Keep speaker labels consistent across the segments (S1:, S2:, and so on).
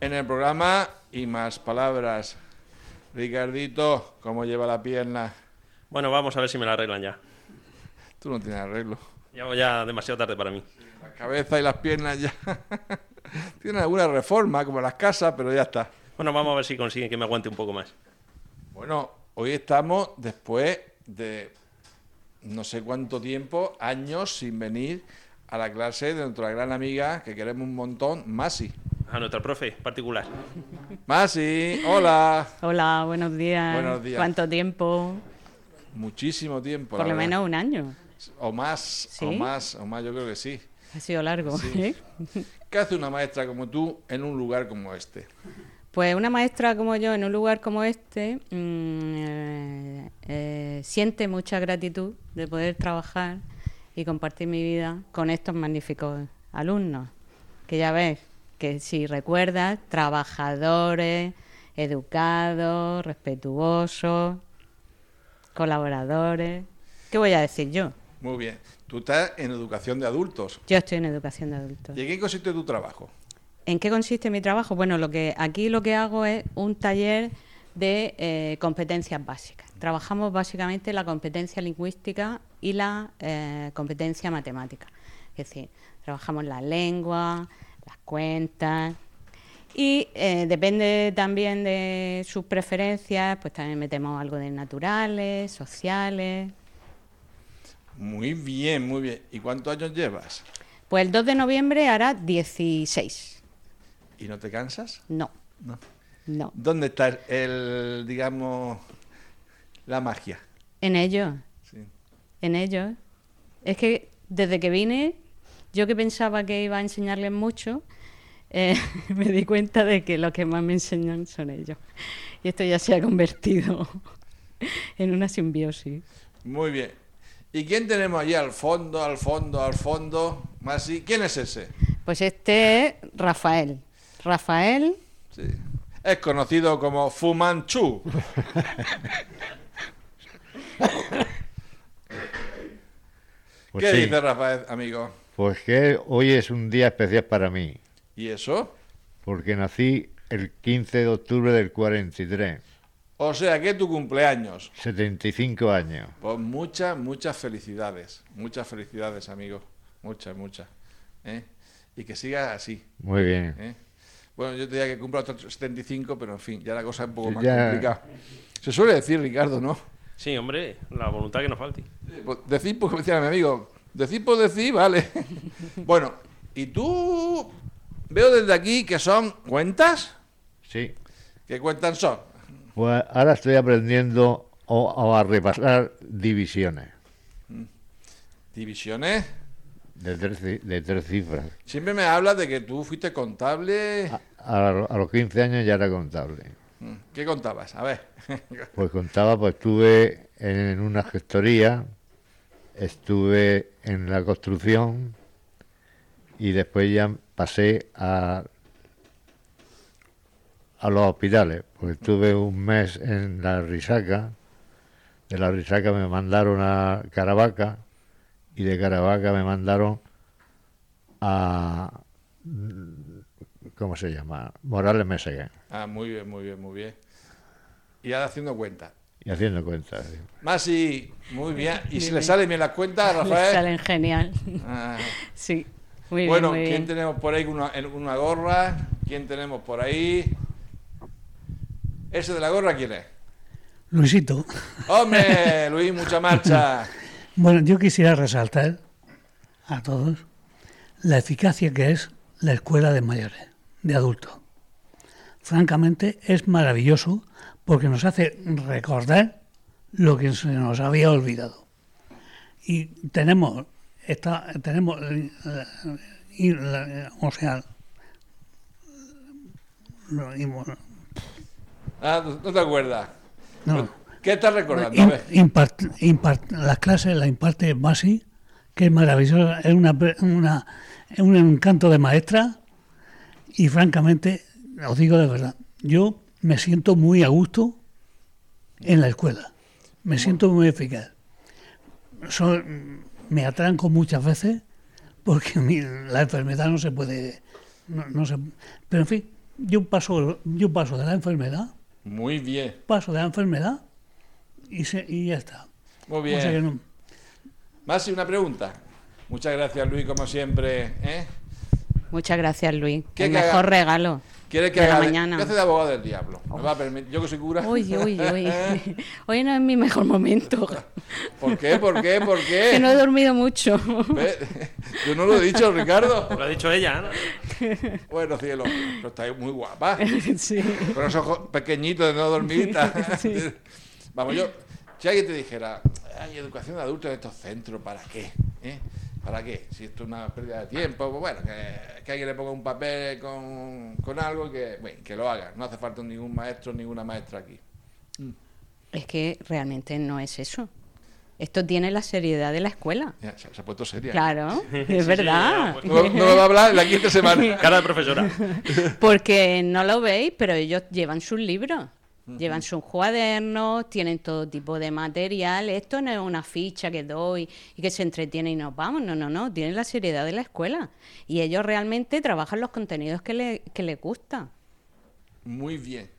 S1: en el programa Y Más Palabras. Ricardito, ¿cómo lleva la pierna?
S2: Bueno, vamos a ver si me la arreglan ya.
S1: Tú no tienes arreglo.
S2: Ya, ya demasiado tarde para mí.
S1: La cabeza y las piernas ya. Tienen alguna reforma, como las casas, pero ya está.
S2: Bueno, vamos a ver si consiguen que me aguante un poco más.
S1: Bueno, hoy estamos después de no sé cuánto tiempo, años sin venir a la clase de nuestra gran amiga que queremos un montón, Masi.
S2: A nuestra profe particular.
S1: Masi, hola.
S3: Hola, buenos días.
S1: Buenos días.
S3: ¿Cuánto tiempo?
S1: Muchísimo tiempo.
S3: Por,
S1: la
S3: lo
S1: verdad.
S3: menos un año.
S1: O más, o
S3: ¿Sí?
S1: más, o más, yo creo que sí.
S3: Ha sido largo.
S1: Sí.
S3: ¿eh?
S1: ¿Qué hace una maestra como tú en un lugar como este?
S3: Pues una maestra como yo en un lugar como este mm, eh, eh, siente mucha gratitud de poder trabajar y compartir mi vida con estos magníficos alumnos, que ya ves, que si recuerdas, trabajadores, educados, respetuosos, colaboradores. ¿Qué voy a decir yo?
S1: Muy bien. Tú estás en educación de adultos.
S3: Yo estoy en educación de adultos.
S1: ¿Y en qué consiste tu trabajo?
S3: ¿En qué consiste mi trabajo? Bueno, lo que aquí lo que hago es un taller de eh, competencias básicas. Trabajamos básicamente la competencia lingüística y la eh, competencia matemática. Es decir, trabajamos la lengua, las cuentas y eh, depende también de sus preferencias, pues también metemos algo de naturales, sociales.
S1: Muy bien, muy bien. ¿Y cuántos años llevas?
S3: Pues el 2 de noviembre hará 16.
S1: ¿Y no te cansas?
S3: No,
S1: No.
S3: no.
S1: ¿Dónde está el, digamos, la magia?
S3: En ello.
S1: Sí.
S3: en ellos. Es que desde que vine, yo que pensaba que iba a enseñarles mucho, eh, me di cuenta de que lo que más me enseñan son ellos. Y esto ya se ha convertido en una simbiosis.
S1: Muy bien. ¿Y quién tenemos allí al fondo, al fondo, al fondo? Masi, ¿quién es ese?
S3: Pues este es Rafael. Rafael,
S1: Sí. Es conocido como Fu Manchu.
S4: Pues
S1: ¿Qué
S4: sí,
S1: dice Rafael, amigo?
S4: pues que hoy es un día especial para mí,
S1: ¿Y eso?
S4: porque nací el 15 de octubre del 43,
S1: O sea que es tu cumpleaños.
S4: 75 años.
S1: Pues muchas, muchas felicidades. Muchas felicidades, amigo. Muchas, muchas. ¿Eh? Y que sigas así.
S4: Muy bien.
S1: ¿eh? Bueno, yo te diría que cumpla otros 75, pero en fin, ya la cosa es un poco más
S4: Ya.
S1: complicada. Se suele decir, Ricardo, ¿no?
S2: Sí, hombre, la voluntad que nos falte.
S1: Pues decir, pues, como decía mi amigo, decir por decir, vale. bueno, y tú veo desde aquí que son cuentas.
S4: Sí.
S1: ¿Qué cuentas son?
S4: Pues ahora estoy aprendiendo o- o a repasar divisiones
S1: Divisiones.
S4: de tres, ci- de tres cifras.
S1: Siempre me hablas de que tú fuiste contable.
S4: A, a lo- a los 15 años ya era contable.
S1: Mm, ¿Qué contabas? A ver.
S4: Pues contaba, pues estuve en una gestoría, estuve en la construcción y después ya pasé a, a los hospitales, porque estuve un mes en la Risaca, de la Risaca me mandaron a Caravaca y de Caravaca me mandaron a... ¿Cómo se llama? Morales Meseguer,
S1: Ah, muy bien, muy bien, muy bien. Y ahora haciendo cuentas.
S4: y haciendo cuentas. digo.
S1: Masi, muy bien. ¿Y si le salen bien las cuentas,
S3: les
S1: Rafael?
S3: salen genial.
S1: Ah,
S3: Sí, muy
S1: bueno,
S3: bien, muy
S1: ¿quién
S3: bien.
S1: tenemos por ahí con una, en una gorra? ¿Quién tenemos por ahí? ¿Ese de la gorra quién es?
S5: Luisito,
S1: ¡Hombre, Luis, mucha marcha!
S5: bueno, yo quisiera resaltar a todos la eficacia que es la escuela de mayores, de adultos. Francamente, es maravilloso porque nos hace recordar lo que se nos había olvidado. Y tenemos, esta, tenemos eh, la- y la- o sea, lo- y bueno,
S1: Ah, no te acuerdas.
S5: No.
S1: ¿Qué estás recordando? A
S5: In-
S1: ver.
S5: impart- impart- las clases las imparte Basi, que es maravillosa, es una, pe- una- es un encanto de maestra y francamente, os digo de verdad, yo me siento muy a gusto en la escuela, me siento muy eficaz. Son- me atranco muchas veces porque mi- la enfermedad no se puede, no, no se- pero en fin, yo paso, yo paso de la enfermedad,
S1: Muy bien,
S5: paso de la enfermedad y, se- y ya está.
S1: muy
S5: O sea que
S1: bien.
S5: no-
S1: Masi, una pregunta. Muchas gracias, Luis, como siempre. ¿eh?
S3: Muchas gracias, Luis.
S1: ¿Qué
S3: el
S1: caga-
S3: mejor regalo.
S1: ¿Quieres que
S3: de
S1: haga
S3: la
S1: de-
S3: mañana.
S1: ¿Qué hace de abogado del diablo? ¿Me va a permitir? Yo que soy cura.
S3: Uy, uy, uy.
S1: Eh.
S3: Hoy no es mi mejor momento.
S1: ¿Por qué? ¿Por qué? ¿Por qué?
S3: Que no he dormido mucho.
S1: Ve, Yo no lo he dicho, Ricardo.
S2: Lo ha dicho ella, ¿no?
S1: Bueno, cielo, pero estáis muy guapa.
S3: sí.
S1: Con los ojos pequeñitos de no dormir. tal. Vamos, yo, si alguien te dijera, hay educación de adultos en estos centros, ¿para qué? ¿Eh? ¿Para qué? Si esto es una pérdida de tiempo, pues bueno, que, que alguien le ponga un papel con, con algo y que, bueno, que lo haga. No hace falta ningún maestro, ninguna maestra aquí.
S3: Es que realmente no es eso. Esto tiene la seriedad de la escuela.
S1: Ya, se, se ha puesto seria. ¿eh?
S3: Claro, es
S2: sí,
S3: verdad.
S2: ya, pues.
S1: No, me- no me va a hablar en la quinta semana.
S2: Cara de profesora.
S3: Porque no lo veis, pero ellos llevan sus libros, llevan sus cuadernos, tienen todo tipo de material. Esto no es una ficha que doy y que se entretiene y nos vamos. No, no, no. Tienen la seriedad de la escuela. Y ellos realmente trabajan los contenidos que, le, que les gusta.
S1: Muy bien.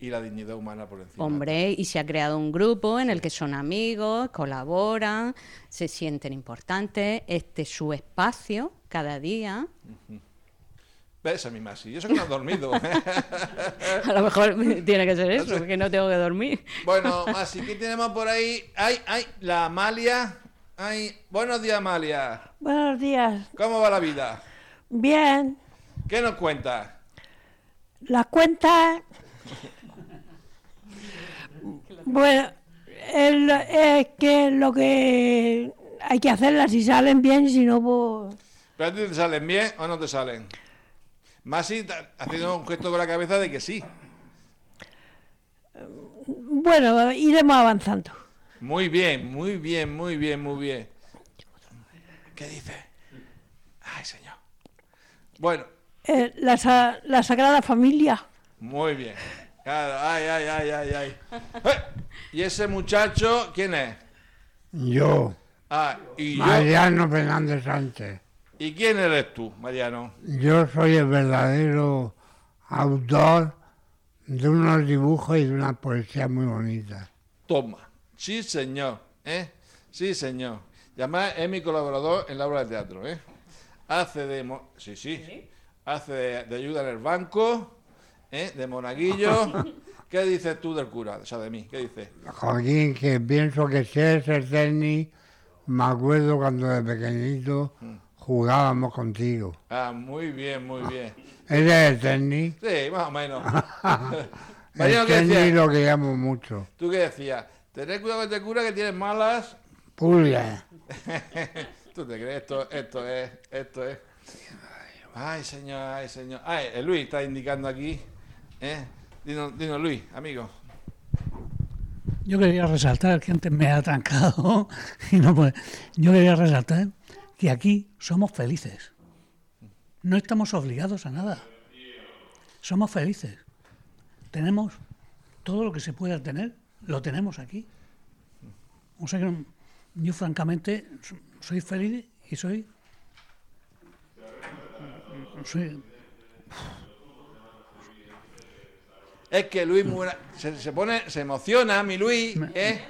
S1: Y la dignidad humana por encima.
S3: Hombre, y se ha creado un grupo en el que son amigos, colaboran, se sienten importantes. Este es su espacio cada día.
S1: ¿Ves a mi Masi? Yo sé que no has dormido.
S3: A lo mejor tiene que ser eso, que no tengo que dormir.
S1: Bueno, así que tenemos por ahí. Ay, ay, la Amalia. Ay, buenos días, Amalia.
S6: Buenos días.
S1: ¿Cómo va la vida?
S6: Bien,
S1: ¿Qué nos cuentas?
S6: las cuentas. bueno, el- es que lo que hay que hacerlas si salen bien, si no, pues.
S1: ¿Pero a ti te salen bien o no te salen? Masi ta- haciendo un gesto con la cabeza de que sí.
S6: Bueno, iremos avanzando.
S1: Muy bien, muy bien, muy bien, muy bien. ¿Qué dices? Ay, señor. Bueno,
S6: Eh, la, sa- la Sagrada Familia.
S1: muy bien. Claro, ay, ay, ay, ay, ay. ¡Eh! ¿Y ese muchacho quién es?
S7: Yo,
S1: Ah, y yo.
S7: Mariano Fernández Sánchez,
S1: ¿Y quién eres tú, Mariano?
S7: yo soy el verdadero autor de unos dibujos y de una poesía muy bonita.
S1: Toma. Sí, señor. ¿eh? Sí, señor. Y además es mi colaborador en la obra de teatro. ¿eh? Hace de... mo- sí, sí. Hace de, de ayuda en el banco, ¿eh? de monaguillo. ¿Qué dices tú del cura? O sea, de mí. ¿Qué dices?
S7: Joaquín, que pienso que si es el tenis, me acuerdo cuando de pequeñito jugábamos contigo.
S1: Ah, muy bien, muy bien.
S7: Eres el tenis.
S1: Sí, más o menos. Mariano,
S7: El
S1: ¿qué
S7: tenis
S1: decías?
S7: lo que amo mucho.
S1: ¿Tú qué decías? Tener cuidado con este cura que tienes malas...
S7: Pula.
S1: ¿Tú te crees? Esto, esto es, esto es. Ay, señor, ay, señor. Ay, el Luis está indicando aquí. ¿eh? Dino, dino, Luis, amigo.
S5: Yo quería resaltar que antes me ha atrancado y no puede. Yo quería resaltar que aquí somos felices. No estamos obligados a nada. Somos felices. Tenemos todo lo que se pueda tener, lo tenemos aquí. O sea que no- yo francamente so- soy feliz y soy soy
S1: Es que Luis muy buena- se, se pone, se emociona, mi Luis. ¿eh?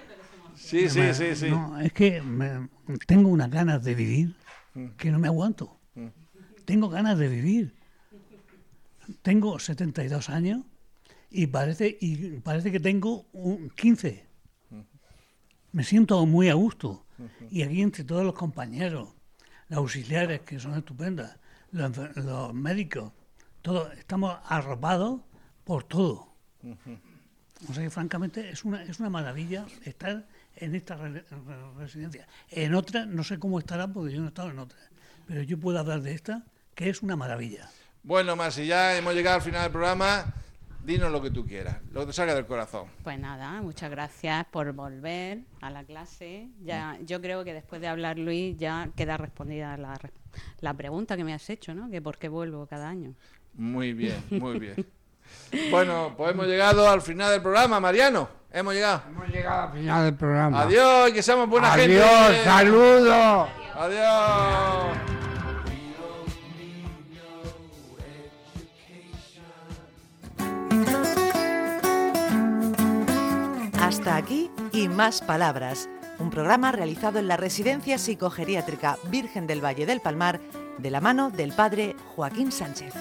S1: Sí, sí, sí, sí.
S5: No, es que me- tengo unas ganas de vivir
S1: Mm.
S5: que no me aguanto. Tengo ganas de vivir. Tengo 72 años y parece, y parece que tengo un 15.
S1: Mm.
S5: Me siento muy a gusto. Y aquí entre todos los compañeros, los auxiliares que son estupendas, los, enfer- los médicos, todos estamos arropados por todo. O sea que francamente es una, es una maravilla estar en esta re- re- residencia. En otra, no sé cómo estará porque yo no he estado en otra, pero yo puedo hablar de esta, que es una maravilla.
S1: Bueno, Masi, ya hemos llegado al final del programa. dinos lo que tú quieras, lo que te salga del corazón.
S3: Pues nada, muchas gracias por volver a la clase. Ya, yo creo que después de hablar Luis ya queda respondida la, re- la pregunta que me has hecho, ¿no? Que por qué vuelvo cada año.
S1: Muy bien, muy bien. bueno, pues hemos llegado al final del programa, Mariano. Hemos llegado.
S7: Hemos llegado al final del programa.
S1: Adiós, y que seamos buena gente.
S7: Adiós, saludos.
S1: Adiós.
S8: Hasta aquí y más palabras, un programa realizado en la Residencia Psicogeriátrica Virgen del Valle del Palmar de la mano del padre Joaquín Sánchez.